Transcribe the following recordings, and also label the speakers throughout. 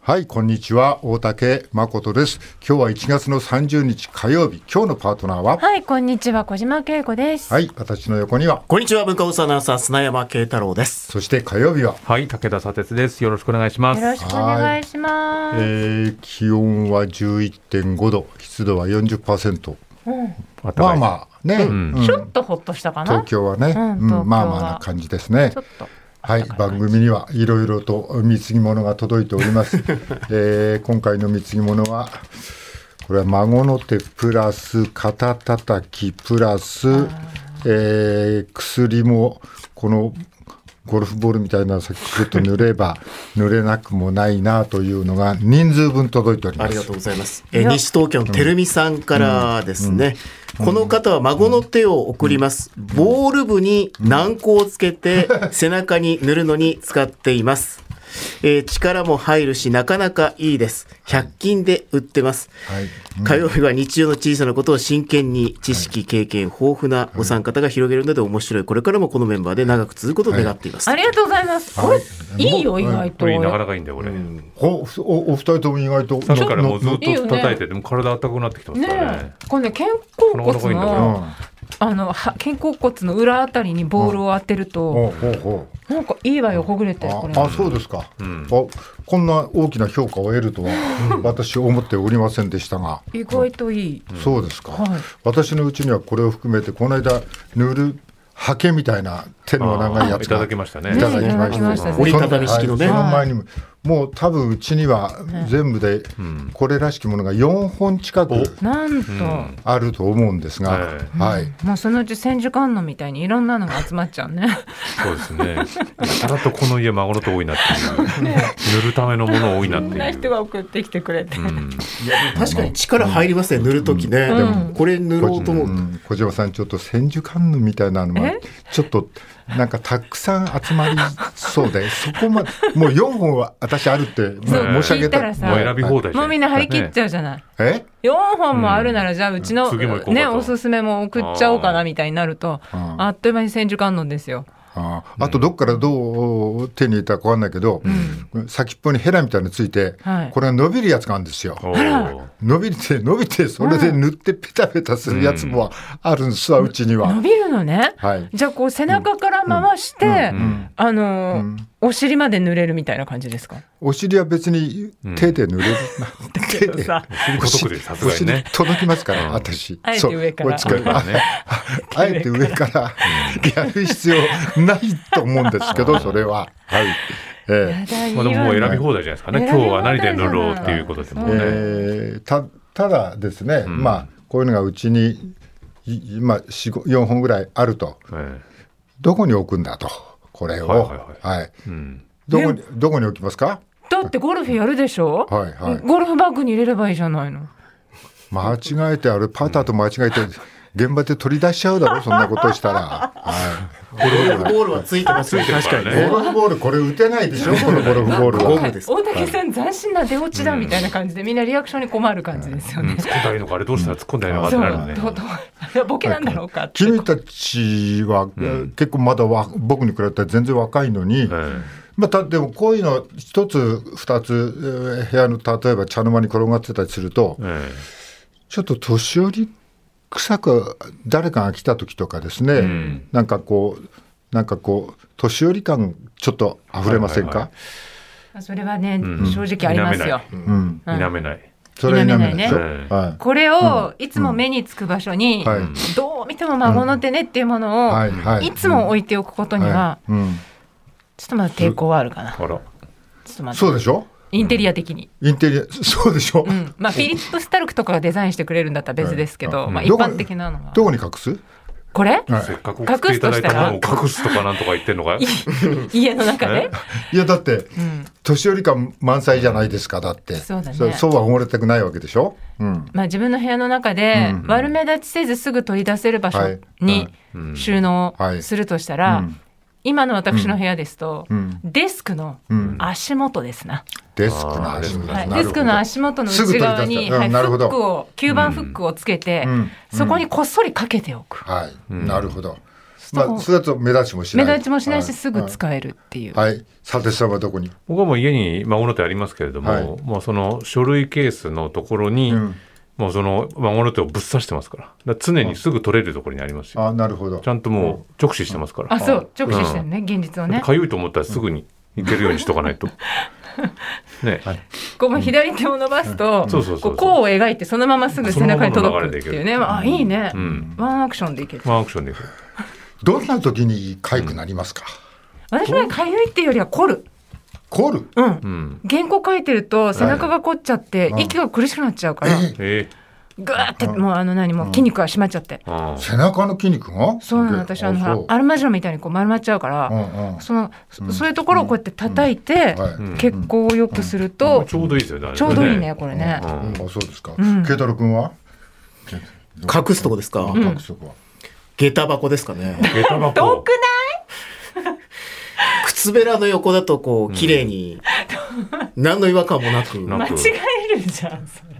Speaker 1: はい、こんにちは。大竹誠です。今日は1月の30日火曜日。今日のパートナーは
Speaker 2: はい、こんにちは。小島慶子です。
Speaker 1: はい、私の横には。
Speaker 3: こんにちは。文化放送アナウンサー、砂山慶太郎です。
Speaker 1: そして火曜日は。
Speaker 4: はい、武田砂鉄です。よろしくお願いします。
Speaker 2: よろしくお願いします。え
Speaker 1: ー、気温は11.5度、湿度は40%。うん、まあまあね、
Speaker 2: うんうん、ちょっとほっとしたかな
Speaker 1: 東京はね、うんまあまあな感じですね。はい、番組にはいろいろと貢ぎ物が届いております。えー、今回の貢ぎ物は、これは孫の手プラス肩たたきプラス、えー、薬もこのゴルフボールみたいなのさっきちょっと塗れば塗れなくもないなというのが人数分届いております。、
Speaker 3: ありがとうございます。え西東京のてるみさんからですね、うんうんうん、この方は孫の手を送ります。ボール部に軟膏をつけ て背中に塗るのに使っています。えー、力も入るしなかなかいいです100均で売ってます、はいうん、火曜日は日常の小さなことを真剣に知識、はい、経験豊富なお三方が広げるので面白いこれからもこのメンバーで長く続くことを願っています、
Speaker 2: はい、ありがとうございますこれいいよ意外と
Speaker 4: なかなかいいんだよ俺、うん
Speaker 1: おお二人とも意外と
Speaker 4: さっきからもうずっと叩いてても体温くなってきてますからね、ね、
Speaker 2: これね肩甲骨のあの肩甲骨の裏あたりにボールを当てると、うん、なんかいいわよほぐれて
Speaker 1: これあそうですか、うん、あこんな大きな評価を得るとは私思っておりませんでしたが
Speaker 2: 意外といい、
Speaker 1: うん、そうですか、はい、私のうちにはこれを含めてこの間塗るハケみたいな手の長いやつ
Speaker 4: いただきましたね
Speaker 1: いただきました、
Speaker 3: ね、折りたたみ式のね、
Speaker 1: はい、その前にももう多分うちには全部でこれらしきものが4本近く
Speaker 2: なんと
Speaker 1: あると思うんですが、はい、
Speaker 2: もうそのうち千手観音みたいにいろんなのが集まっちゃうね
Speaker 4: そうですねやたらとこの家孫のと多いなっていう、ね、塗るためのもの多 いなっていう
Speaker 2: 人が送ってきてくれて、うん、
Speaker 3: いや確かに力入りますね、塗る時ね、うん、でもこれ塗ろうと思う、うん、
Speaker 1: 小島さんちょっと千手観音みたいなのもちょっとなんかたくさん集まりそうで そこまでもう4本は私あるって申し上げた
Speaker 4: らもう選び放題
Speaker 2: もうみんな張り切っちゃうじゃない、え4本もあるなら、じゃあうちの、うん、ね、おすすめも送っちゃおうかなみたいになるとあっという間に千手観音ですよ。
Speaker 1: ああとどっからどう手に入れたか分かんないけど、うん、先っぽにヘラみたいについて、はい、これが伸びるやつがあるんですよ。伸びて伸びてそれで塗ってペタペタするやつもあるんですわ、うん、うちには。
Speaker 2: 伸びるのね、はい、じゃあこう背中から回して、うん、あのー、お尻まで塗れるみたいな感じですか
Speaker 1: お尻は別に手で塗れる、
Speaker 4: 手でお尻
Speaker 1: 届きますから、私
Speaker 2: あえて上から
Speaker 1: あえて上からやる必要ないと思うんですけど、それは。はい。
Speaker 4: えー、まあ、でももう選び放題じゃないですかね。今日は何で塗ろうっていうことでもね。
Speaker 1: えー、たただですね、うん、まあこういうのがうちに今4本ぐらいあると、えー、どこに置くんだとこれを、はいはいはいはいうん、どこにどこに置きますか
Speaker 2: だってゴルフやるでしょ、はいはい、ゴルフバッグに入れればいいじゃないの。
Speaker 1: 間違えてあれパターと間違えて、うん現場で取り出しちゃうだろそんなことしたら。
Speaker 3: はい、ゴルフボールはついてます、
Speaker 1: ね、確かに、ね、ゴルフボールこれ打てないでしょこのゴルフボールは。
Speaker 2: 大竹さん斬新な出落ちだみたいな感じでみんなリアクションに困る感じですよね。うん、
Speaker 4: 突っ込んだらいいのかあれどうしたら突っ込んだらいいのかってなるのね。
Speaker 2: どうボケなんだろうかって。
Speaker 1: 君たちは、うん、結構まだわ僕に比べたら全然若いのに。うんまあ、たでもこういうの一つ二つ、えー、部屋の例えば茶の間に転がってたりすると、ちょっと年寄り臭く誰かが来た時とかですね、うん、なんかこうなんかこう年寄り感ちょっと溢れませんか、はいはい
Speaker 2: はい、それはね、うん、正直ありますよ。
Speaker 4: 否、うんうん、めない、
Speaker 1: それ否めないね、
Speaker 2: はい、これをいつも目につく場所に、どう見ても孫の手ねっていうものを、いつも置いておくことには、ちょっとまだ抵抗はあるかな。
Speaker 1: そうでしょ
Speaker 2: インテリア的に。、
Speaker 1: インテリア、そうでしょ。うん
Speaker 2: まあ、フィリップ・スタルクとかがデザインしてくれるんだったら別ですけど、はい、まあ、一般的なのは。
Speaker 1: どこに隠す
Speaker 2: これ、
Speaker 4: はい、せっかく隠すとしたら隠すとかなんとか言ってんのか
Speaker 2: 家の中で
Speaker 1: いやだって、うん、年寄り感満載じゃないですかだって
Speaker 2: そうだ、ね、
Speaker 1: そうは思われたくないわけでしょ、うん、
Speaker 2: まあ自分の部屋の中で、悪目立ちせずすぐ取り出せる場所に収納するとしたら、はい今の私の部屋ですと、うん、デスクの足元ですな。
Speaker 1: デスクの足元、
Speaker 2: はい、デスクの足元の内側に、はい、フックを吸盤フックをつけて、うんうん、そこにこっそりかけておく。
Speaker 1: はい、なるほど。
Speaker 2: と
Speaker 1: まあ、それだと目立ちもしな
Speaker 2: 目
Speaker 1: い。
Speaker 2: 立ちもしないし
Speaker 1: は
Speaker 2: すぐ使えるっていう。
Speaker 1: はい。はいさてさんはどこに。
Speaker 4: 僕はもう家に孫の手ありますけれども、
Speaker 1: はい
Speaker 4: もうその書類ケースのところに、
Speaker 1: うん
Speaker 4: もうその孫の手をぶっ刺してますから、だから常にすぐ取れるところにありますよ。
Speaker 1: あ、なるほど
Speaker 4: ち。ゃんともう直視してますから。
Speaker 2: あ、そう、直視してるね、現実をね。
Speaker 4: かゆいと思ったらすぐに行けるようにしとかないと。ね、
Speaker 2: こう左手を伸ばすと、
Speaker 4: そうそう
Speaker 2: こ
Speaker 4: そうそう
Speaker 2: う弧を描いてそのまますぐ背中に届くっていうね。
Speaker 4: その
Speaker 2: あ、いいね
Speaker 4: う。ん。
Speaker 2: ワンアクションでいける。
Speaker 4: ワンアクションでいく。
Speaker 1: どんな時に痒くなりますか。
Speaker 2: 私はかゆいっていうよりは凝る。
Speaker 1: 凝る。
Speaker 2: うん。
Speaker 4: うん。
Speaker 2: 原稿書いてると背中が凝っちゃって、
Speaker 1: はい
Speaker 2: 息が苦しくなっちゃうから、
Speaker 1: え
Speaker 4: え
Speaker 2: ぐーってもうあの何もう筋肉が締まっちゃって、
Speaker 4: ー、あー
Speaker 1: 背中の筋肉が。
Speaker 2: そうなの私あのほら
Speaker 1: そう
Speaker 2: アルマジロみたいにこう丸まっちゃうから、
Speaker 1: うんうん。
Speaker 2: そのそそういうところをこうやって叩いて、
Speaker 1: はい。
Speaker 4: うん
Speaker 2: 血行を良くすると、
Speaker 4: ちょうどいいですよね。あれね
Speaker 2: ちょうどいいね。これね
Speaker 4: う、
Speaker 1: うんんあ、そうですか。
Speaker 2: ん
Speaker 1: 慶太郎君は。
Speaker 3: 隠すとこですか、
Speaker 1: 隠すとこは。
Speaker 3: 下駄箱ですかね。
Speaker 4: 下 駄箱。
Speaker 2: 遠くない
Speaker 3: 靴べらの横だとこう、綺麗に、何の違和感もなく。
Speaker 4: な
Speaker 2: 間
Speaker 4: く
Speaker 2: 違えるじゃんそれ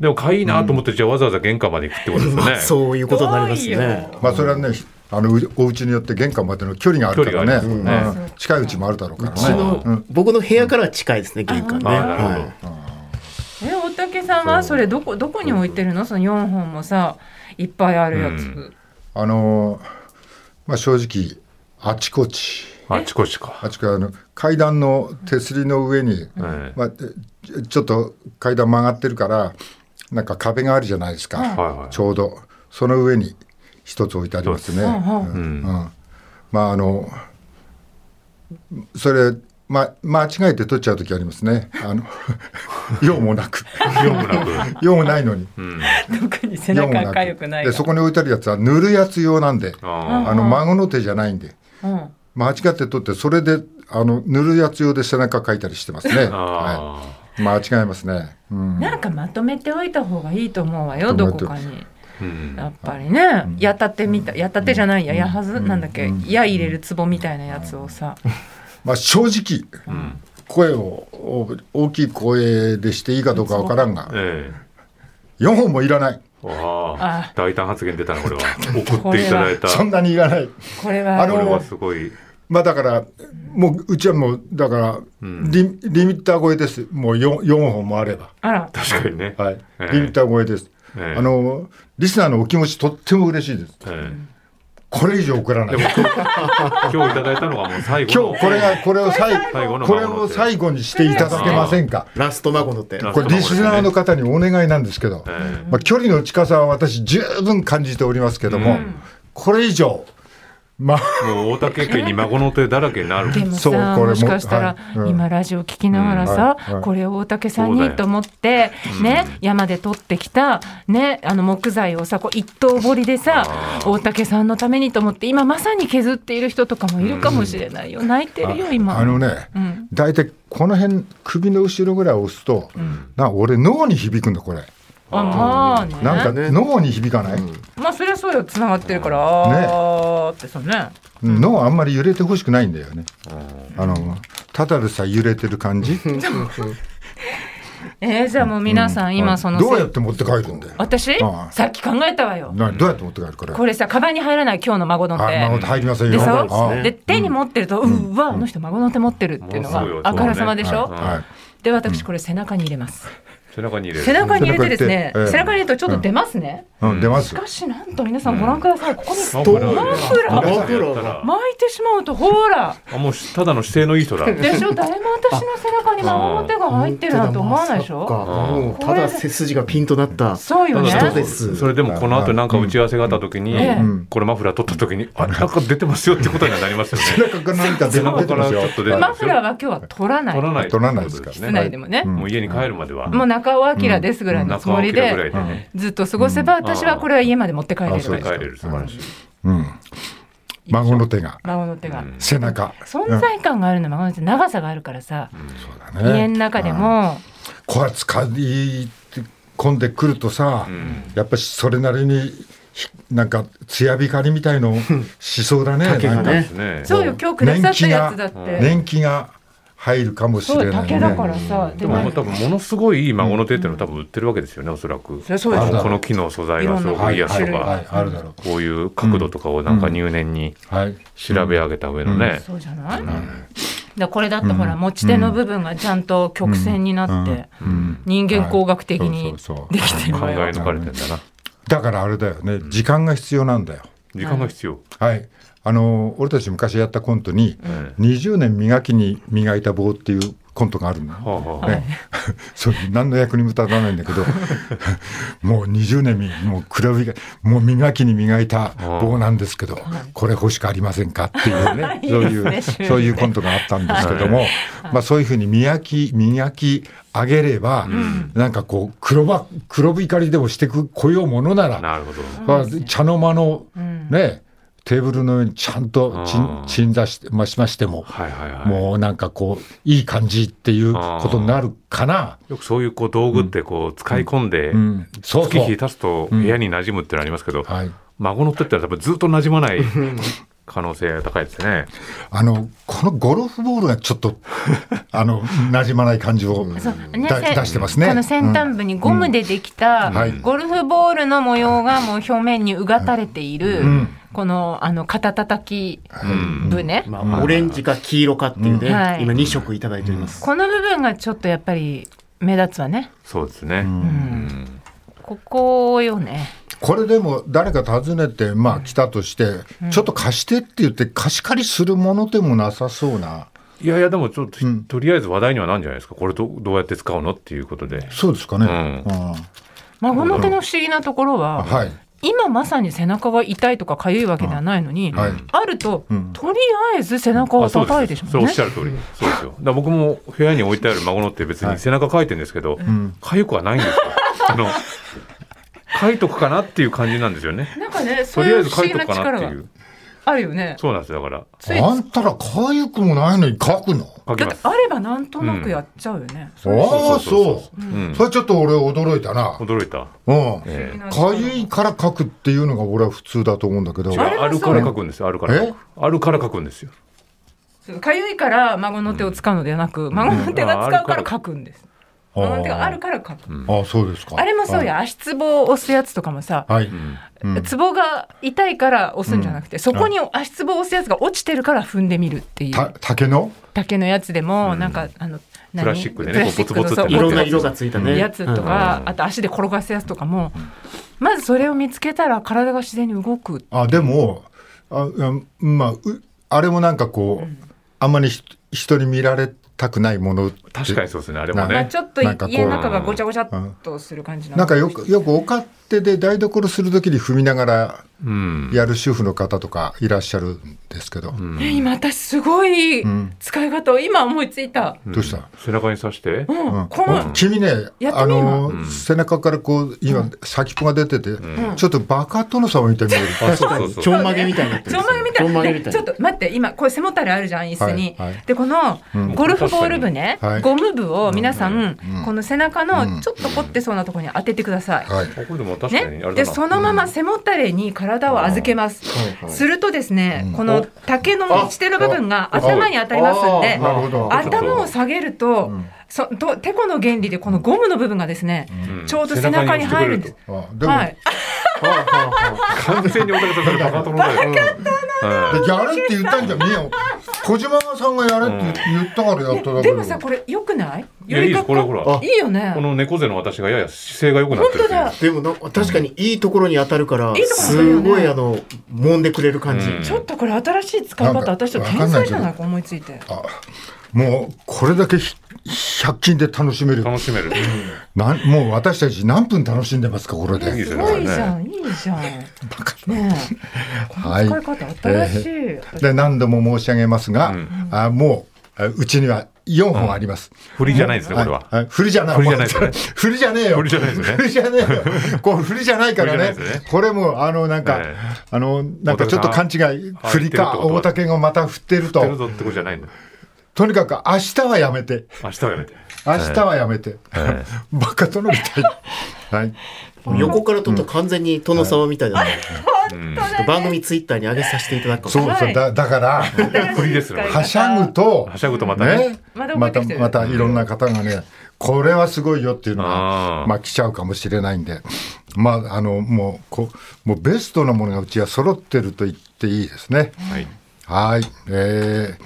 Speaker 4: でもかゆいなと思って、じゃあわざわざ玄関まで行くってことですよ
Speaker 3: まあ
Speaker 4: ね。
Speaker 3: そういうことになりますね。
Speaker 1: まあ、それはね。あのうお家によって玄関までの距離があるからね
Speaker 4: 距離がありますもんね
Speaker 1: うん近いうちもあるだろうから
Speaker 3: うちの、
Speaker 1: ね。
Speaker 3: 僕の部屋からは近いですね、玄関ね。
Speaker 4: あーなるほど
Speaker 3: はい
Speaker 2: え大竹さんはそれどこどこに置いてるのその4本もさいっぱいあるやつ、
Speaker 4: うん
Speaker 1: あのーまあ正直あちこち
Speaker 4: あちこちか。
Speaker 1: あちこちあの階段の手すりの上に、
Speaker 4: ええ
Speaker 1: まあ、えちょっと階段曲がってるからなんか壁があるじゃないですか、
Speaker 4: はいはい
Speaker 1: ちょうどその上に一つ置いてありますね。
Speaker 2: うんうん
Speaker 1: うんうんまああのそれま間違えて取っちゃう時ありますね。あ の用もなく
Speaker 4: よくなく。
Speaker 1: 用もないのに。
Speaker 4: うん。
Speaker 2: 特に背
Speaker 1: 用も
Speaker 2: 中
Speaker 1: な
Speaker 2: かゆくない
Speaker 1: で
Speaker 2: から
Speaker 1: そこに置いてあるやつは塗るやつ用なんで。
Speaker 4: あ
Speaker 1: あの孫の手じゃないんで、
Speaker 2: うん
Speaker 1: 間違って取って、それであの塗るやつ用で背中描いたりしてますね。
Speaker 4: あ。
Speaker 1: は
Speaker 4: ああ。
Speaker 1: い、間違えますね。うん、
Speaker 2: なんかまとめておいた方がいいと思うわよ
Speaker 1: まと
Speaker 2: ど
Speaker 1: め
Speaker 2: こ
Speaker 1: て
Speaker 2: かに。
Speaker 4: うん
Speaker 2: やっぱりね、やたてみたやたてじゃないや、やはずなんだっけ、や入れる壺みたいなやつをさ、
Speaker 1: まあ正直、声をお大きい声でしていいかどうかわからんが、
Speaker 4: ええ。
Speaker 1: 4本もいらない。
Speaker 4: ああ
Speaker 2: あ
Speaker 4: 大胆発言出たな これは送っていただいた
Speaker 1: そんなにいらない。
Speaker 2: これ
Speaker 1: あ
Speaker 2: は
Speaker 1: の
Speaker 4: これはすごい
Speaker 1: まあだから、もううちはもうだから、リリミッター超えです。もう 4, 四本もあれば、
Speaker 2: あら
Speaker 4: 確かにね、
Speaker 1: はい
Speaker 4: ええ
Speaker 1: リミッター超えです。
Speaker 4: ええ
Speaker 1: あのリスナーのお気持ちとっても嬉しいです。
Speaker 4: え
Speaker 1: これ以上送らな
Speaker 4: え
Speaker 1: い
Speaker 4: で。も 今日今日いただいたのがもう最後の
Speaker 1: 今日これがこれを最
Speaker 4: 最後の
Speaker 1: これを最後にしていただけませんか。
Speaker 3: ラストマゴのって。
Speaker 1: これリスナーの方にお願いなんですけど、
Speaker 4: ええ
Speaker 1: まあ距離の近さは私十分感じておりますけども、これ以上まあ
Speaker 4: もう大竹家に孫の手だらけになる
Speaker 2: でも
Speaker 1: そう
Speaker 2: さ
Speaker 1: これも
Speaker 2: もしかしたら、
Speaker 1: はいうん
Speaker 2: 今ラジオ聞きながらさ、
Speaker 1: うんはいはい
Speaker 2: これを大竹さん
Speaker 4: そうだ
Speaker 2: に
Speaker 4: よ
Speaker 2: と思って、ね山で取ってきた、ね、あの木材をさこう一刀彫りでさ大竹さんのためにと思って今まさに削っている人とかもいるかもしれないよ、泣いてるよ今。
Speaker 1: あのね、
Speaker 2: ん
Speaker 1: 大体この辺首の後ろぐらい押すと、な俺脳に響くんだこれ。
Speaker 2: あまあね
Speaker 1: なんか脳に響かない。
Speaker 2: まあそりゃそうよつながってるから、あーってそうね
Speaker 1: 脳あんまり揺れてほしくないんだよね。あのただでさえ揺れてる感じ。
Speaker 2: えー、じゃあもう皆さん、今そのせ
Speaker 1: どうやって持って帰るんだよ。
Speaker 2: 私
Speaker 1: ああ
Speaker 2: さっき考えたわよ
Speaker 1: などうやって持って帰るこれ。
Speaker 2: これさカバンに入らない今日の孫の手
Speaker 1: あ孫の手入りませんよ。
Speaker 2: でしょ
Speaker 1: ああ
Speaker 2: で手に持ってると、うわあの人孫の手持ってるっていうの
Speaker 4: もうそうよ
Speaker 2: はあからさまでしょ、
Speaker 4: そうね
Speaker 1: はいはい
Speaker 2: で私これ背中に入れます、
Speaker 4: 背中に入れる
Speaker 2: 背中に入れてですね
Speaker 1: 背中に入れて
Speaker 2: 背中に入れるとちょっと出ますね、
Speaker 1: うん、出ます
Speaker 2: し。かしなんと皆さんご覧ください、ここに
Speaker 4: マ
Speaker 2: 巻
Speaker 4: フラー
Speaker 2: マフ
Speaker 3: ラー
Speaker 4: マフラーやったら
Speaker 2: いてしまうとほら
Speaker 4: あもうただの姿勢のいい人だ
Speaker 2: でしょ誰も私の背中に孫の手が入ってるなんて思わないでし
Speaker 3: 本当
Speaker 2: ょ
Speaker 3: だまさかもうただ背筋がピンとなった。
Speaker 2: そうよね
Speaker 3: ただ
Speaker 4: そ
Speaker 3: で
Speaker 4: う
Speaker 3: す
Speaker 4: それでもこの後なんか打ち合わせがあった時に、
Speaker 2: え
Speaker 1: え
Speaker 4: これマフラー取った時にあなんか出てますよってことにはなりますよ
Speaker 1: 背
Speaker 4: ね
Speaker 1: 中から何か出
Speaker 4: 背中
Speaker 1: 出て
Speaker 4: か
Speaker 1: ま
Speaker 4: ら
Speaker 1: す
Speaker 4: ちょ
Speaker 1: よ。
Speaker 4: っと出て
Speaker 2: マ
Speaker 4: ます
Speaker 2: フ
Speaker 4: よ
Speaker 2: ラーは今日は取らない
Speaker 4: 取らない
Speaker 1: 取らないですから
Speaker 2: 室内でもね、
Speaker 4: もう家に帰るまでは、
Speaker 2: もう中尾明ですぐらいのつ
Speaker 4: 中
Speaker 2: も
Speaker 4: を
Speaker 2: り
Speaker 4: 切るぐ
Speaker 2: で、
Speaker 4: らいでね、
Speaker 2: ずっと過ごせば、私はこれは家まで持って帰れる
Speaker 1: あそう
Speaker 4: 帰
Speaker 1: です
Speaker 4: れる素晴らしい、
Speaker 1: うん。孫の手が
Speaker 2: 孫の手が、
Speaker 1: 背中。
Speaker 2: 存在感があるの孫の手長さがあるからさ、
Speaker 1: そうだね
Speaker 2: 家の中で
Speaker 1: うん
Speaker 2: も、
Speaker 1: こう使い込んでくるとさ、やっぱしそれなりにひなんか艶光みたいのしそうだね。
Speaker 3: 竹が
Speaker 1: なんか
Speaker 3: ね。
Speaker 4: ね
Speaker 2: そうよ今日くださったやつだって、
Speaker 1: 年季が入るかもしれない、ね、
Speaker 2: 竹だからさ、
Speaker 4: でも多分ものすごいいい孫の手っていうのは多分売ってるわけですよね、おそらく。
Speaker 2: そうです
Speaker 4: この木の素材がすごくいいやつとか、こういう角度とかをなんか入念に調べ上げた上のね。
Speaker 2: そうじゃない、でこれだってほら持ち手の部分がちゃんと曲線になって人間工学的にできてる
Speaker 4: 考え抜かれてんだな
Speaker 1: だからあれだよね時間が必要なんだよ
Speaker 4: 時間が必要
Speaker 1: はいあの俺たち昔やったコントに「20年磨きに磨いた棒」っていうコントがあるんだ、ね それ何の役にも立たないんだけ どもう20年みもう比べもう磨きに磨いた棒なんですけど、これ欲しくありませんかって いうねそういうそういうコントがあったんですけども、まあ、そういうふうに磨き磨き上げれば、うなんかこう黒ば黒光りでもしてくこようものなら
Speaker 4: なるほ
Speaker 1: ど茶の間のね、テーブルの上にちゃんと鎮座し,、まあ、しましても、もうなんかこういい感じっていうことになるかな
Speaker 4: よくそういうこう道具ってこう使い込んで、うんうん、月日経つと部屋に馴染むってのありますけど、はい、孫の手って多分ずっと馴染まない可能性が高いですね。
Speaker 1: あの、このゴルフボールがちょっと、 あの、馴染まない感じを、ね、出してますね。
Speaker 2: この先端部にゴムでできた、ゴルフボールの模様がもう表面にうがたれている、この、あの、肩たたき部ね、
Speaker 3: オレンジか黄色かっていうね、今2色いただいております。
Speaker 2: この部分がちょっとやっぱり目立つわね。
Speaker 4: そうですね。
Speaker 2: ここよね。
Speaker 1: これでも誰か訪ねて、まあ、来たとして、ちょっと貸してって言って貸し借りするものでもなさそうな。
Speaker 4: いやいやでもちょっと、とりあえず話題にはなんじゃないですかこれどどうやって使うのっていうことで
Speaker 1: そうですかね、
Speaker 2: 孫の手の不思議なところは、はい、今まさに背中が痛いとか痒いわけではないのに、はい、あると、とりあえず背中を叩いてしまう、
Speaker 4: ね,、おっしゃる通りそうですよだ僕も部屋に置いてある孫の手別に背中かいてるんですけど、痒くはないんです よあの書いとくかなっていう感じなんですよね。
Speaker 2: なんかね、そういう不思議な力があるよね。
Speaker 4: そうなんですだから。
Speaker 1: あんたらかゆくもないのに書くの。
Speaker 2: だってあればなんとなくやっちゃうよね。
Speaker 1: ああ、そう。それちょっと俺驚いたな。
Speaker 4: 驚いた。
Speaker 1: うん。かゆいから書くっていうのが俺は普通だと思うんだけど。
Speaker 4: あるから書くんですよ。あるから。あるから書くんですよ。
Speaker 2: かゆいから孫の手を使うのではなく、孫の手が使うから書くんです。あるからか。
Speaker 1: あ、そうですか。
Speaker 2: あれもそうや、足つぼを押すやつとかもさ。はい。つぼが痛いから押すんじゃなくて、そこに足つぼを押すやつが落ちてるから踏んでみるっていう。
Speaker 1: 竹の。
Speaker 2: 竹のやつでも、なんか、あの。
Speaker 4: プラスチックでね、ボツボツって
Speaker 3: いろんな色がついたね。
Speaker 2: やつとか、あと足で転がすやつとかも。まずそれを見つけたら、体が自然に動く。
Speaker 1: あ、でも。あ、まあ、あれもなんかこう。あんまり人に見られたくないもの
Speaker 4: 確かにそうですねあれもね
Speaker 2: ちょっと家の中がごちゃごちゃっとする感じ、
Speaker 1: なんかよくよくお勝手で台所する時に踏みながらやる主婦の方とかいらっしゃるんですけど、うん
Speaker 2: 今私すごい使い方を今思いついた、
Speaker 1: どうした
Speaker 4: 背中に刺して、
Speaker 2: この
Speaker 1: 君ねあの、背中からこう今先っぽが出てて、ちょっとバカ殿様みたいに見え
Speaker 3: るそうそうそうちょんまげみたいになって
Speaker 2: ちょんまげみたいなちょっと待って今これ背もたれあるじゃん椅子に、でこのゴルフボール部ね、ゴム部を皆さん、この背中のちょっと凝ってそうなところに当ててください。
Speaker 4: ね、
Speaker 2: でそのまま背もたれに体を預けます。するとですね、この竹の持ち手の部分が頭に当たりますんで、頭を下げると。そとてこの原理でこのゴムの部分がですね、ちょうど背中に入るんです。はい。
Speaker 4: 完全におたけさんからバカ殿だよ。
Speaker 1: やれって言ったんじゃねえよ。小島さんがやれって言ったからやっただ
Speaker 2: けでもさこれよくない
Speaker 4: いいですこれほら
Speaker 2: いいよね
Speaker 4: この猫背の私がやや姿勢が良くなってる
Speaker 3: でも確かにいいところに当たるからすごいあの揉んでくれる感じ
Speaker 2: ちょっとこれ新しい使い方私と天才じゃないか思いついて
Speaker 1: もうこれだけ100均で楽しめる
Speaker 4: 楽しめる
Speaker 1: なもう私たち何分楽しんでますかこれでい
Speaker 2: いじゃんいいじゃんねえこの使い方新しい
Speaker 1: で何度も申し上げますがあもううちには4本あります。
Speaker 4: 振りじゃないですよ、これは。
Speaker 1: 振りじゃない。
Speaker 4: 振りじゃないです
Speaker 1: 振りじゃねえよ。
Speaker 4: 振りじゃない
Speaker 1: 振りじゃねえよ。こう、振りじゃないからね。これも、あの、なんか、あの、なんかちょっと勘違い。振りか、大竹がまた振ってると。
Speaker 4: 振ってるぞってことじゃないんだ。
Speaker 1: とにかく明日はやめて。
Speaker 4: 明日はやめて。
Speaker 1: 明日はやめて。 バカ殿みたい。はい。
Speaker 3: 横から撮った完全に殿様みたいだね。
Speaker 2: 本当だね
Speaker 3: 番組ツイッターに上げさせていただく
Speaker 1: そうそうだだから
Speaker 4: 振りですよね
Speaker 1: はしゃぐと
Speaker 4: はしゃぐとまたね
Speaker 2: ま
Speaker 1: また
Speaker 2: た
Speaker 1: またいろんな方がねこれはすごいよっていうのが
Speaker 4: あー
Speaker 1: まあ来ちゃうかもしれないんでまああのもうこもうベストなものがうちは揃ってると言っていいですね。
Speaker 4: はい
Speaker 1: はい、えー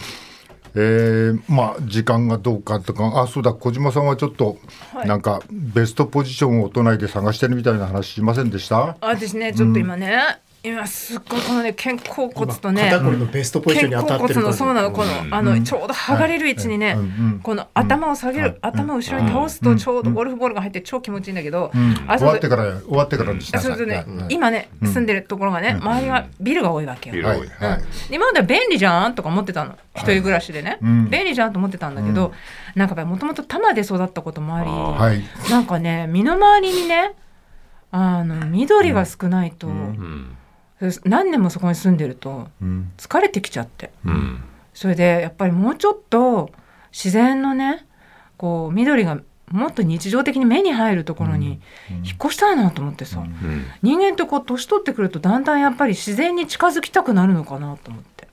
Speaker 1: えーまあ時間がどうかとかあそうだ小島さんはちょっと、
Speaker 2: はい
Speaker 1: なんかベストポジションを都内で探してるみたいな話しませんでした
Speaker 2: あですねちょっと今ね、今すっごいこのね肩甲骨とね
Speaker 3: 肩こりのベストポジション
Speaker 2: 肩
Speaker 3: に当た
Speaker 2: 甲
Speaker 3: ってる
Speaker 2: 骨の
Speaker 3: 感じ
Speaker 2: そうなのこの,、あのちょうど剥がれる位置に
Speaker 1: は
Speaker 2: ね、
Speaker 1: いうん
Speaker 2: この頭を下げる、頭を後ろに倒すとちょうどゴルフボールが入って超気持ちいいんだけど、
Speaker 1: 終
Speaker 2: あそう
Speaker 1: わ
Speaker 2: そ
Speaker 1: っ
Speaker 2: う
Speaker 1: てから終わってからにし
Speaker 2: あ
Speaker 1: な
Speaker 2: そ
Speaker 1: さ
Speaker 2: うそう
Speaker 1: い。
Speaker 2: ね、
Speaker 1: はい
Speaker 2: 今ね住んでるところがね、周りはビルが多いわけよ。
Speaker 4: ビル
Speaker 1: はいはい
Speaker 2: で今までは便利じゃんとか思ってたの一人暮らしでね、
Speaker 1: ん
Speaker 2: 便利じゃんと思ってたんだけど、なんかもともと多摩で育ったこともあり
Speaker 4: あ
Speaker 1: はい
Speaker 2: なんかね身の回りにねあの緑が少ないと、
Speaker 4: うん
Speaker 2: 何年もそこに住んでると
Speaker 1: うん
Speaker 2: 疲れてきちゃって
Speaker 4: うん
Speaker 2: それでやっぱりもうちょっと自然のねこう緑がもっと日常的に目に入るところに引っ越したいなと思ってさ、
Speaker 4: うん
Speaker 2: 人間ってこう年取ってくるとだんだんやっぱり自然に近づきたくなるのかなと思って。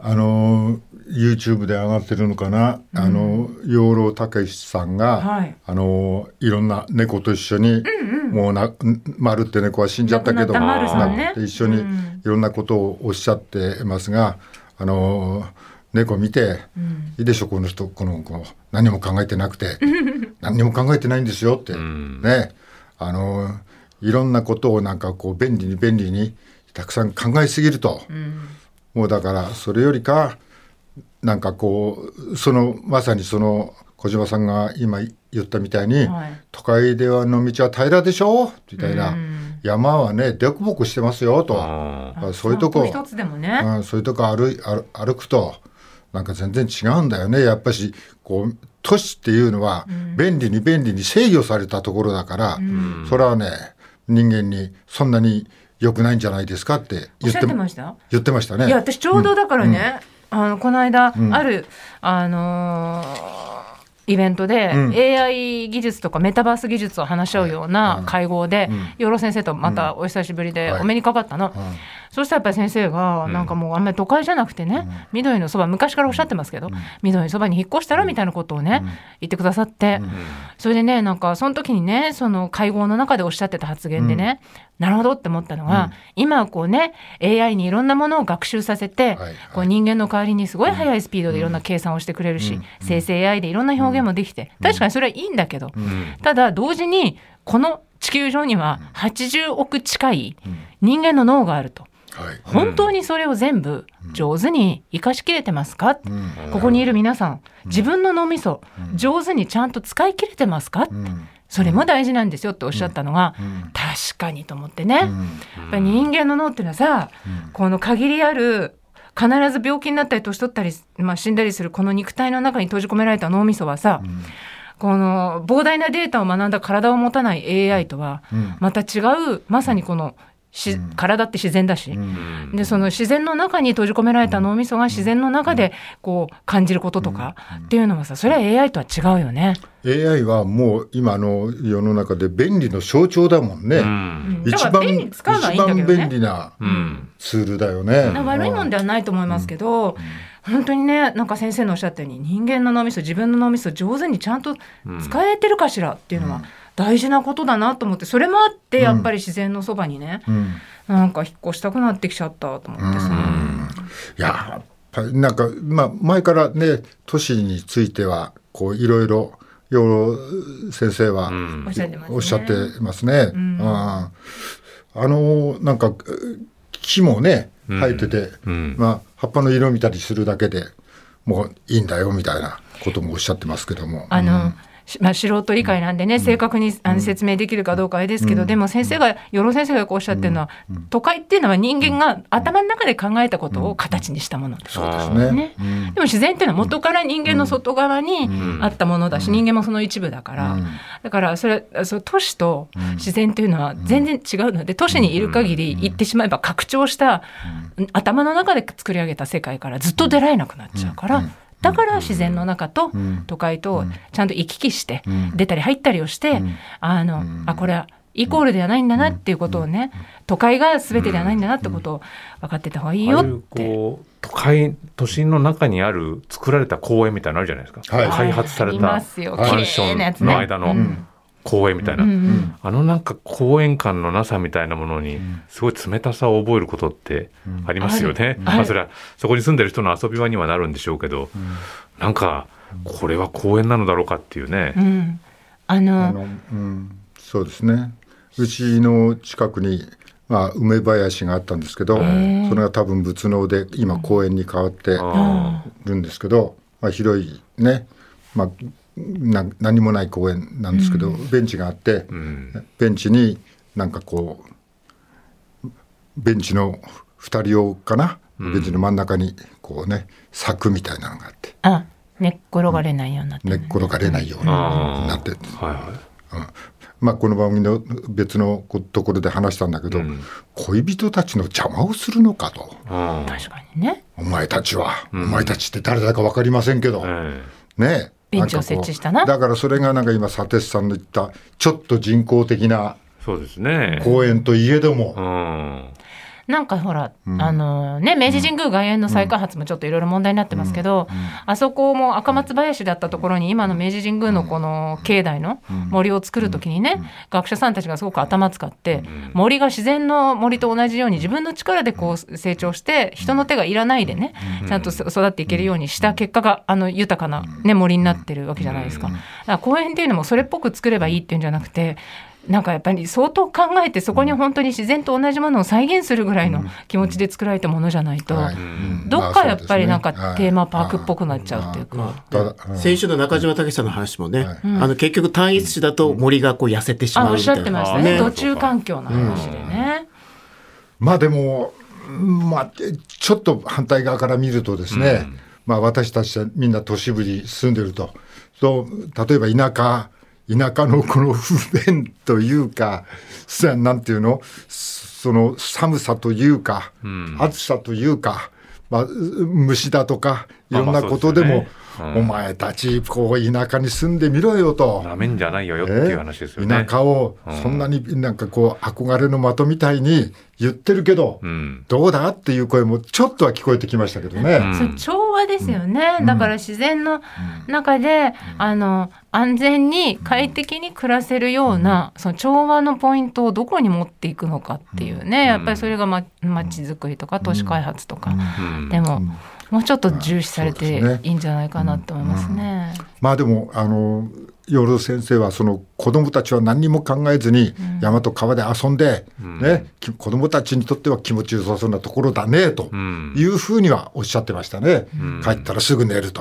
Speaker 1: あの YouTube で上がってるのかな、あの養老たけしさんが、
Speaker 2: はい
Speaker 1: あのいろんな猫と一緒に、もうな丸って猫は死んじゃったけど
Speaker 2: 亡くな
Speaker 4: った丸さ
Speaker 2: ね
Speaker 4: ん
Speaker 1: 亡くなって一緒にい
Speaker 2: うん
Speaker 1: ろんなことをおっしゃってますが、あの猫見て、いいでしょこの人この子何も考えてなくて何にも考えてないんですよって、
Speaker 4: ん
Speaker 1: ねあのいろんなことをなんかこう便利に便利にたくさん考えすぎると。もうだからそれよりかなんかこうそのまさにその小島さんが今言ったみたいに、
Speaker 2: はい
Speaker 1: 都会ではの道は平らでしょみたいな、山はねでこぼこしてますよと、
Speaker 4: あ
Speaker 1: あそういうとこ
Speaker 2: その一つでもね、
Speaker 1: うん、そういうとこ歩い歩歩くとなんか全然違うんだよねやっぱしこう都市っていうのは便利に便利に制御されたところだから、それはね人間にそんなに良くないんじゃないですかって
Speaker 2: おっ
Speaker 1: 言っ
Speaker 2: してゃってました
Speaker 1: 言ってましたね。
Speaker 2: いや私ちょうどだからね、あのこの間、
Speaker 1: ん
Speaker 2: あるあのーイベントで、
Speaker 1: うん
Speaker 2: AI 技術とかメタバース技術を話し合うような会合で、養老先生とまたお久しぶりで
Speaker 1: はい
Speaker 2: お目にかかったの、
Speaker 1: ん
Speaker 2: そうしたらやっぱり先生がなんかもうあんまり都会じゃなくてね、緑のそば昔からおっしゃってますけど、緑のそばに引っ越したらみたいなことをね、言ってくださって、それでねなんかその時にねその会合の中でおっしゃってた発言でね、なるほどって思ったのが、今はこうね AI にいろんなものを学習させて、
Speaker 1: はい
Speaker 2: こう人間の代わりにすごい速いスピードでいろんな計算をしてくれるし、生成 AI でいろんな表現もできて、確かにそれはいいんだけど、ただ同時にこの地球上には80億近い人間の脳があると。
Speaker 1: はい
Speaker 2: 本当にそれを全部上手に生かしきれてますか、ここにいる皆さん自分の脳みそ上手にちゃんと使い切れてますか、それも大事なんですよっておっしゃったのが、確かにと思ってね、やっぱり人間の脳っていうのはさ、この限りある必ず病気になったり年取ったり、まあ、死んだりするこの肉体の中に閉じ込められた脳みそはさ、この膨大なデータを学んだ体を持たない AI とはまた違うまさにこのし、体って自然だし、でその自然の中に閉じ込められた脳みそが自然の中でこう感じることとかっていうのはさそれは AI とは違うよね。
Speaker 1: AI はもう今の世の中で便利の象徴だもんね。
Speaker 4: うん
Speaker 2: だ
Speaker 1: 一
Speaker 2: から
Speaker 1: 番
Speaker 2: 便利に使うのはいいんだけ
Speaker 1: 一
Speaker 2: ど
Speaker 1: 番
Speaker 2: ね
Speaker 1: 便。利な
Speaker 4: うん
Speaker 1: ツールだよね。
Speaker 2: な悪いもんではないと思いますけど、本当にねなんか先生のおっしゃったように人間の脳みそ自分の脳みそ上手にちゃんと使えてるかしらっていうのは大事なことだなと思ってそれもあってやっぱり自然のそばにね、
Speaker 1: ん
Speaker 2: なんか引っ越したくなってきちゃったと思ってさ、
Speaker 1: いややっぱりなんか、まあ、前からね都市についてはこういろいろ養老先生は
Speaker 2: おっしゃってますね
Speaker 1: おっしゃってますね。うんあのなんか木もね生えてて、
Speaker 4: うん
Speaker 1: まあ、葉っぱの色見たりするだけでもういいんだよみたいなこともおっしゃってますけども。
Speaker 2: あの、しまあ、素人理解なんでね、正確にあの説明できるかどうかあれですけど、でも先生が養老先生がよくおっしゃってるのは、都会っていうのは人間が頭の中で考えたことを形にしたものだ
Speaker 1: そうですね
Speaker 2: ねでも自然っていうのは元から人間の外側にあったものだし、人間もその一部だから、だからそれその都市と自然っていうのは全然違うので、都市にいる限り行ってしまえば拡張した、頭の中で作り上げた世界からずっと出られなくなっちゃうから、だから自然の中と都会とちゃんと行き来して、出たり入ったりをして、あの、あこれはイコールではないんだなっていうことをね、都会が全てではないんだなってことを分かってた方がいいよって。
Speaker 4: こう都会都心の中にある作られた公園みたいなのあるじゃないですか、はい、開発されたマンションの間の公園みたいな、あのなんか公園感のなさみたいなものにすごい冷たさを覚えることってありますよね、うん、まあ、それはそこに住んでる人の遊び場にはなるんでしょうけど、うん、なんかこれは公園なのだろうかっていうね。うん、
Speaker 2: あの
Speaker 1: うん、そうですねうちの近くにまあ、梅林があったんですけど、それが多分仏能で今公園に変わってるんですけど、まあ、広いね、まあ、な何もない公園なんですけど、ベンチがあって、ベンチになんかこうベンチの2人用かな、ベンチの真ん中にこうね柵みたいなのがあって。
Speaker 2: あ寝っ転がれないようになって、
Speaker 1: 寝っ転がれないようになってはいはいうん、まあ、この番組の別のところで話したんだけど、うん、恋人たちの邪魔をするのかと
Speaker 2: 確かにね
Speaker 1: お前たちは、うん、お前たちって誰だか分かりませんけど、えー、ね
Speaker 2: ベンチを設置したな
Speaker 1: だからそれがなんか今砂鉄さんの言ったちょっと人工的な
Speaker 4: そうですね
Speaker 1: 公園といえども、
Speaker 2: うん、なんかほら、あのね、明治神宮外苑の再開発もちょっといろいろ問題になってますけど、あそこも赤松林だったところに今の明治神宮のこの境内の森を作る時にね、学者さんたちがすごく頭使って、森が自然の森と同じように自分の力でこう成長して人の手がいらないでねちゃんと育っていけるようにした結果があの豊かな、ね、森になってるわけじゃないですか。だから公園っていうのもそれっぽく作ればいいっていうんじゃなくてなんかやっぱり相当考えてそこに本当に自然と同じものを再現するぐらいの気持ちで作られたものじゃないと、どっかやっぱりなんかテーマパークっぽくなっちゃうっていうか、
Speaker 3: 先週の中島武さんの話もね、あの結局単一市だと森がこう痩せてしまうみたいな、おっしゃってました
Speaker 2: ね途中環境の話でね、
Speaker 1: まあでもまあちょっと反対側から見るとですね、まあ私たちはみんな都市部に住んでるとそう例えば田舎田舎のこの不便というか、なんていうの、その寒さというか、うん、暑さというか、まあ、虫だとか、いろんなことでも、お前たち、こう、田舎に住んでみろよと。
Speaker 4: なめんじゃないよよっていう話ですよ
Speaker 1: ね。田舎を、そんなになんかこう、憧れの的みたいに言ってるけど、どうだっていう声もちょっとは聞こえてきましたけどね。
Speaker 2: 調和ですよね。だから自然の中で、あの、安全に快適に暮らせるような、その調和のポイントをどこに持っていくのかっていうね。やっぱりそれがま、ちづくりとか、都市開発とか。でも、もうちょっと重視されていいんじゃないかなと思いますね。
Speaker 1: うんうん、まあでもあの養老先生はその子どもたちは何にも考えずに山と川で遊んで、うん、ね、子どもたちにとっては気持ちよさそうなところだねというふうにはおっしゃってましたね、帰ったらすぐ寝ると、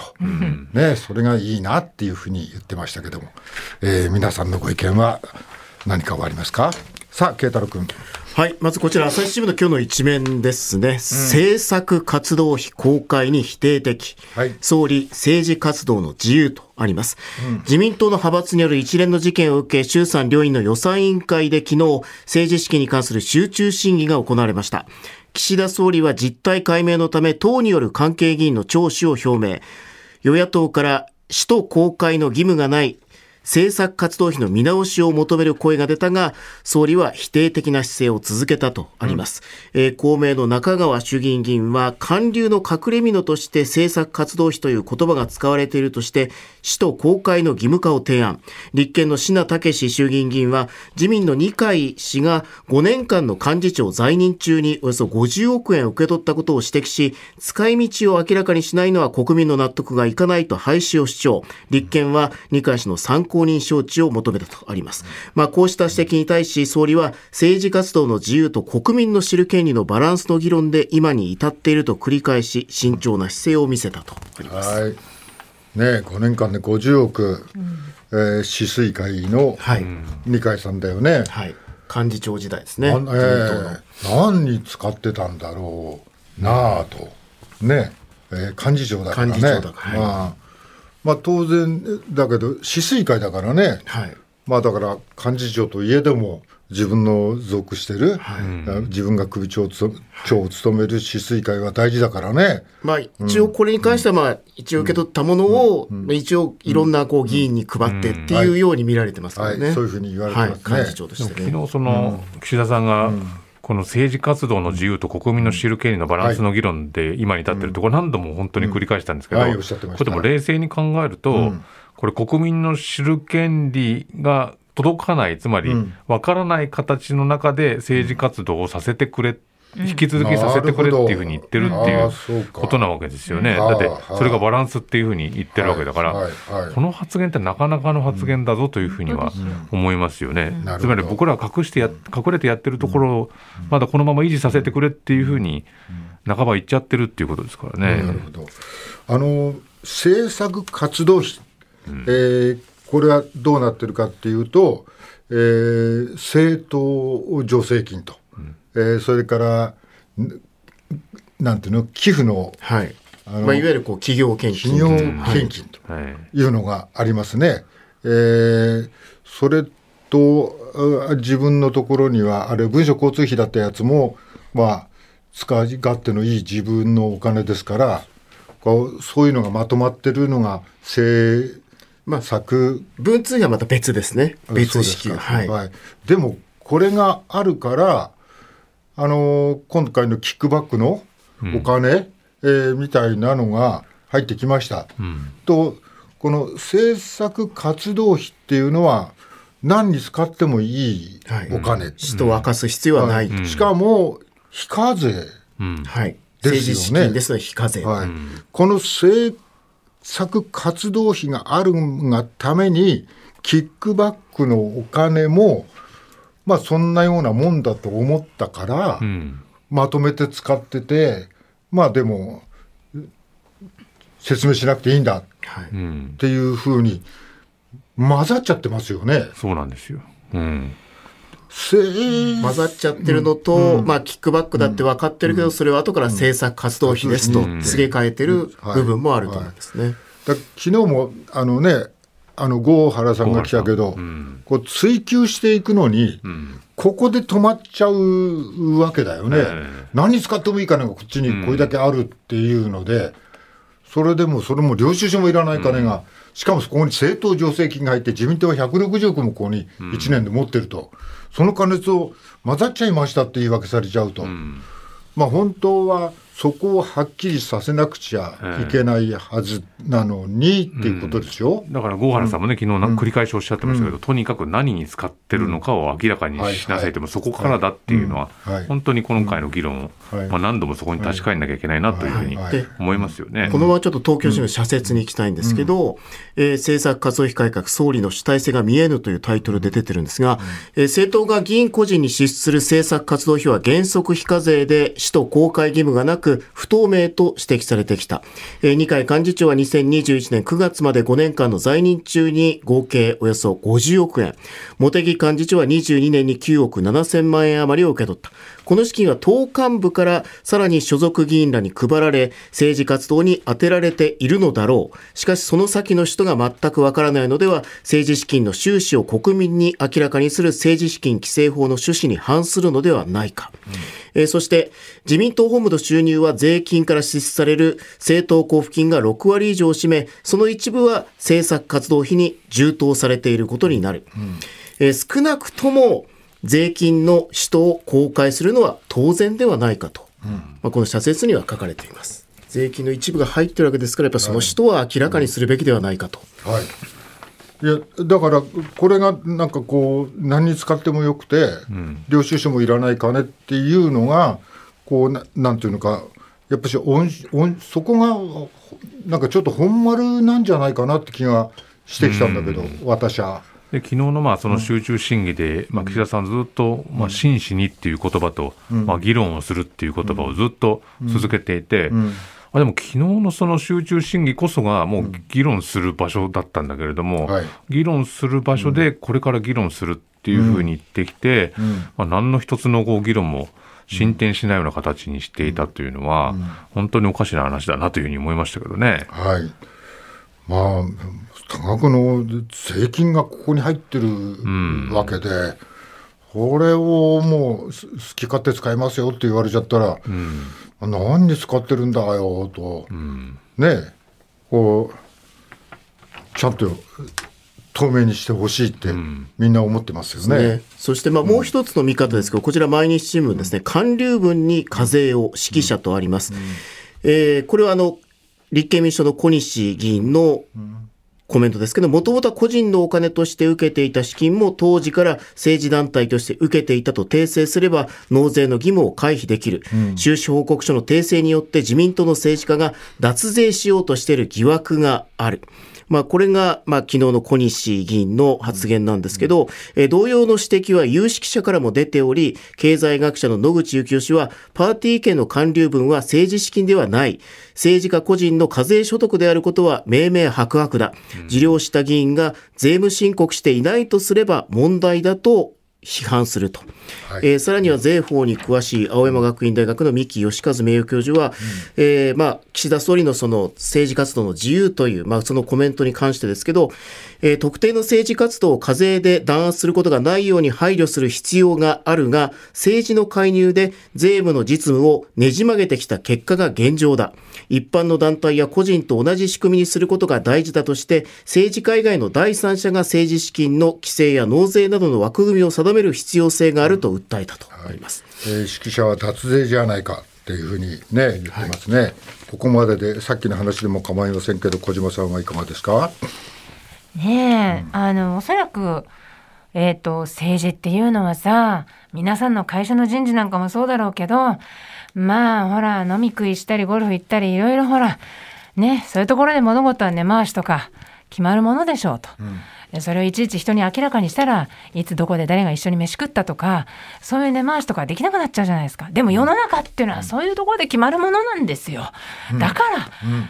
Speaker 1: ね、それがいいなっていうふうに言ってましたけども、えー、皆さんのご意見は何かありますかさあ慶太郎君
Speaker 3: はい。まずこちら、朝日新聞の今日の一面ですね。うん、政策活動費公開に否定的。はい、総理、政治活動の自由とあります。うん、自民党の派閥による一連の事件を受け、衆参両院の予算委員会で昨日、政治資金に関する集中審議が行われました。岸田総理は実態解明のため、党による関係議員の聴取を表明。与野党から使途公開の義務がない政策活動費の見直しを求める声が出たが、総理は否定的な姿勢を続けたとあります。うん、えー、公明の中川衆議院議員は、官僚の隠れ蓑として政策活動費という言葉が使われているとして、使途公開の義務化を提案。立憲の品武衆議院議員は、自民の二階氏が5年間の幹事長在任中におよそ50億円を受け取ったことを指摘し、使い道を明らかにしないのは国民の納得がいかないと廃止を主張。立憲は二階氏の参考公認招致を求めたとあります。まあ、こうした指摘に対し、総理は政治活動の自由と国民の知る権利のバランスの議論で今に至っていると繰り返し、慎重な姿勢を見せたとあります。はい
Speaker 1: ね、5年間で50億、うん、えー、市水会の二階さんだよね、
Speaker 3: はい、幹事長時代ですね、え
Speaker 1: ー、何に使ってたんだろうなあと、ねえー、幹事長だからね幹事長だから、まあまあ、当然だけど、市水会だからね、はい、まあだから幹事長といえども、自分の属してる、はい、自分が首長を長を務める止水会は大事だからね。
Speaker 3: まあ、一応これに関しては、まあ、一応受け取ったものを、まあ、一応いろんなこう議員に配ってっていうように見られてますからね。はい
Speaker 1: はい、そういうふうに言われてますね。
Speaker 3: 幹事長として、
Speaker 4: ね、昨日その、岸田さんが、この政治活動の自由と国民の知る権利のバランスの議論で今に至っているところ何度も本当に繰り返したんですけど、これでも冷静に考えると、これ国民の知る権利が届かないつまり分からない形の中で政治活動をさせてくれ引き続きさせてくれっていうふうに言ってるっていうことなわけですよね。だってそれがバランスっていうふうに言ってるわけだから、この発言ってなかなかの発言だぞというふうには思いますよね。つまり僕らは隠してや隠れてやってるところをまだこのまま維持させてくれっていうふうに半ば言っちゃってるっていうことですからね。
Speaker 1: なるほど。あの政策活動費、えー、これはどうなってるかっていうと、えー、政党助成金と。えー、それからなんていうの寄付の,、
Speaker 3: はいあのまあ、いわゆるこう企業献金
Speaker 1: 企業献金というのがありますね。はい、えー、それと自分のところにはあれ文書交通費だったやつも、まあ、使い勝手のいい自分のお金ですからそういうのがまとまってるのが政策、
Speaker 3: まあ、文通費はまた別ですね別支
Speaker 1: はい、はい、でもこれがあるからあの今回のキックバックのお金、うん、えー、みたいなのが入ってきました。うん、とこの政策活動費っていうのは何に使ってもいいお金、はい、
Speaker 3: 人を明かす必要はない、
Speaker 1: うん、しかも非課税ですよね、うん、
Speaker 3: はい、政治資金ですの非課税、
Speaker 1: はい、この政策活動費があるがためにキックバックのお金もまあ、そんなようなもんだと思ったから、うん、まとめて使ってて、まあでも、説明しなくていいんだっていうふうに混ざっちゃってますよね。
Speaker 4: そうなんですよ。うん
Speaker 3: 混ざっちゃってるのと、うん、まあ、キックバックだって分かってるけど、それは後から政策活動費ですと、すげ替えてる部分もあると思うんですね。はい
Speaker 1: はい、昨日もあのねあの郷原さんが来たけど、うん、こう追求していくのに、うん、ここで止まっちゃうわけだよね、えー、何使ってもいい金がこっちにこれだけあるっていうので、うん、それでもそれも領収書もいらない金が、しかもそこに政党助成金が入って、自民党は160億もここに1年で持ってると、その金を混ざっちゃいましたって言い訳されちゃうと。まあ、本当はそこをはっきりさせなくちゃいけないはずなのに、えー、っていうことでしょ、
Speaker 4: うん、だから郷原さんもね、昨日な繰り返しおっしゃってましたけど、うん、とにかく何に使ってるのかを明らかにしなさいと、うん、はいはい、そこからだっていうのは、はい、本当に今回の議論を、はい、まあ、何度もそこに確かめなきゃいけないなというふうに思いますよね、
Speaker 3: このままちょっと東京新聞、社説に行きたいんですけど、うん、えー、政策活動費改革、総理の主体性が見えぬというタイトルで出てるんですが、えー、政党が議員個人に支出する政策活動費は原則非課税で、使途公開義務がなく、不透明と指摘されてきた。えー、二階幹事長は2021年9月まで5年間の在任中に合計およそ50億円。茂木幹事長は22年に9億7000万円余りを受け取った。この資金は党幹部からさらに所属議員らに配られ、政治活動に充てられているのだろう。しかしその先の人が全くわからないのでは、政治資金の収支を国民に明らかにする政治資金規正法の趣旨に反するのではないか。うん、えー、そして、自民党本部の収入は税金から支出される政党交付金が6割以上を占め、その一部は政策活動費に充当されていることになる。うん、えー、少なくとも、税金の使途を公開するのは当然ではないかと、うん、まあ、この社説には書かれています。税金の一部が入ってるわけですから、やっぱその使途は明らかにするべきではないかと。
Speaker 1: はい、いやだから、これがなんかこう、何に使ってもよくて、うん、領収書もいらない金っていうのが、こうななんていうのか、やっぱしおんおん、そこがなんかちょっと本丸なんじゃないかなって気がしてきたんだけど、うん、私は。
Speaker 4: で昨日のまあその集中審議で、うん、まあ、岸田さん、ずっと、まあ、真摯にっていう言葉と、うん、まあ、議論をするっていう言葉をずっと続けていて、うん、あでも昨日のその集中審議こそが、もう議論する場所だったんだけれども、はい、議論する場所でこれから議論するっていうふうに言ってきて、まあ、何の一つの議論も。進展しないような形にしていたというのは、本当におかしな話だなというふうに思いましたけどね。
Speaker 1: はい、まあ、多額の税金がここに入ってるわけで、これをもう好き勝手使いますよって言われちゃったら、うん、何に使ってるんだよと、うん、ねこうちゃんと透明にしてほしいって、みんな思ってますよね。うん、ね
Speaker 3: そして、まあ、もう一つの見方ですけど、うん、こちら、毎日新聞ですね、韓流文に課税を指揮者とあります。うん、えー、これはあの立憲民主党の小西議員のコメントですけど、もともとは個人のお金として受けていた資金も当時から政治団体として受けていたと訂正すれば納税の義務を回避できる。収支報告書の訂正によって自民党の政治家が脱税しようとしている疑惑がある。まあ、これが、まあ、昨日の小西議員の発言なんですけど、え、うん、同様の指摘は有識者からも出ており、経済学者の野口幸雄氏は、パーティー券の還流分は政治資金ではない。政治家個人の課税所得であることは明々白々だ。受領した議員が税務申告していないとすれば問題だと批判すると、はい、えー、さらには税法に詳しい青山学院大学の三木義和名誉教授は、うん、えー、まあ、岸田総理のその政治活動の自由という、まあ、そのコメントに関してですけど、えー、特定の政治活動を課税で弾圧することがないように配慮する必要があるが政治の介入で税務の実務をねじ曲げてきた結果が現状だ一般の団体や個人と同じ仕組みにすることが大事だとして政治家以外の第三者が政治資金の規制や納税などの枠組みを定定める必要性があると訴えたと思います、
Speaker 1: はい、えー、指揮者は脱税じゃないかというふうに、ね、言ってますね、はい、ここまででさっきの話でも構いませんけど小島さんはいかがですか
Speaker 2: ねえ、うん、あのおそらくえーと、と政治っていうのはさ皆さんの会社の人事なんかもそうだろうけどまあほら飲み食いしたりゴルフ行ったりいろいろほらねそういうところで物事は根回しとか決まるものでしょうと。うんそれをいちいち人に明らかにしたらいつどこで誰が一緒に飯食ったとかそういう根回しとかできなくなっちゃうじゃないですかでも世の中っていうのはそういうところで決まるものなんですよ、うん、だから、うん、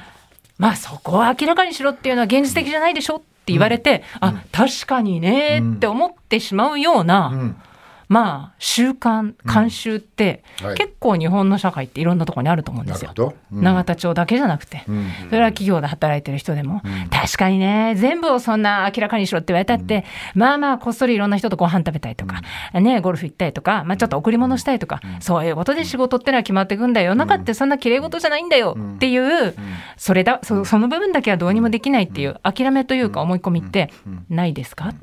Speaker 2: まあそこを明らかにしろっていうのは現実的じゃないでしょって言われて、うん、あ確かにねって思ってしまうような、まあ習慣慣習って、はい、結構日本の社会っていろんなところにあると思うんですよ、永田町だけじゃなくて、それは企業で働いてる人でも、確かにね全部をそんな明らかにしろって言われたって、まあまあこっそりいろんな人とご飯食べたいとか、ねゴルフ行ったりとか、まあ、ちょっと贈り物したいとか、そういうことで仕事ってのは決まっていくんだよ中ってそんなきれい事じゃないんだよっていう、それだそその部分だけはどうにもできないっていう諦めというか思い込みってないですか、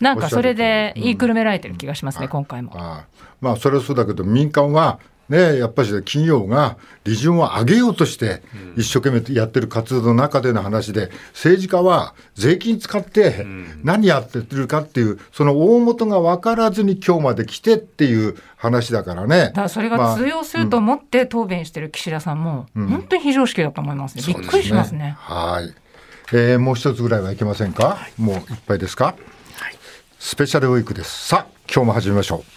Speaker 2: なんかそれで言いくるめられてる気がしますね、今回も。
Speaker 1: あまあ、それはそうだけど、民間は、ね、やっぱり企業が利潤を上げようとして、一生懸命やってる活動の中での話で、政治家は税金使って何やってるかっていう、その大元が分からずに今日まで来てっていう話だからね。
Speaker 2: だそれが通用すると思って答弁してる岸田さんも、本当に非常識だと思いますね、びっくりしますね。すね
Speaker 1: はい、えー、もう一つぐらいはいけませんか、もういっぱいですか。スペシャルウィークです。さあ、今日も始めましょう。